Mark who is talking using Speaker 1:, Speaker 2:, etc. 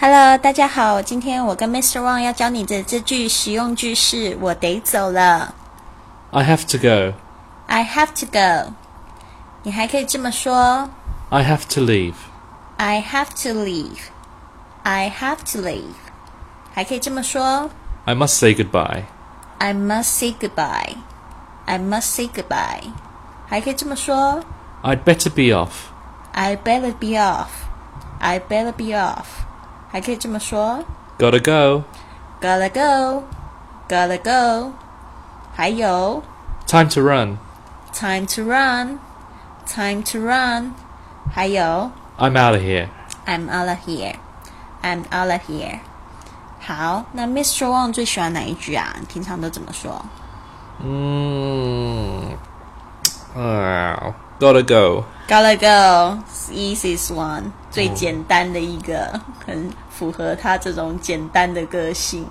Speaker 1: Hello，大家好，今天我跟 Mr. Wang 要教你的这句实用句是“我得走了
Speaker 2: I have to go.
Speaker 1: ”，I have to go。你还可以这么说
Speaker 2: I have to leave.
Speaker 1: ：I have to leave，I have to leave。还可以这么说
Speaker 2: I must say goodbye.
Speaker 1: ：I must say goodbye，I must say goodbye。还可以这么说
Speaker 2: I'd better be off.
Speaker 1: ：I better be off，I better be off。还可以这么说
Speaker 2: Gotta go.
Speaker 1: ：Gotta go，gotta go。还有。
Speaker 2: Time to run.
Speaker 1: Time to run, time to run，还有
Speaker 2: I'm out of here.
Speaker 1: I'm out of here, I'm out of here。好，那 Mr. Wang 最喜欢哪一句啊？你平常都怎么说
Speaker 2: Mm. Oh, gotta go.
Speaker 1: ？Gotta go, it's the easiest one，最简单的一个，很符合他这种简单的个性。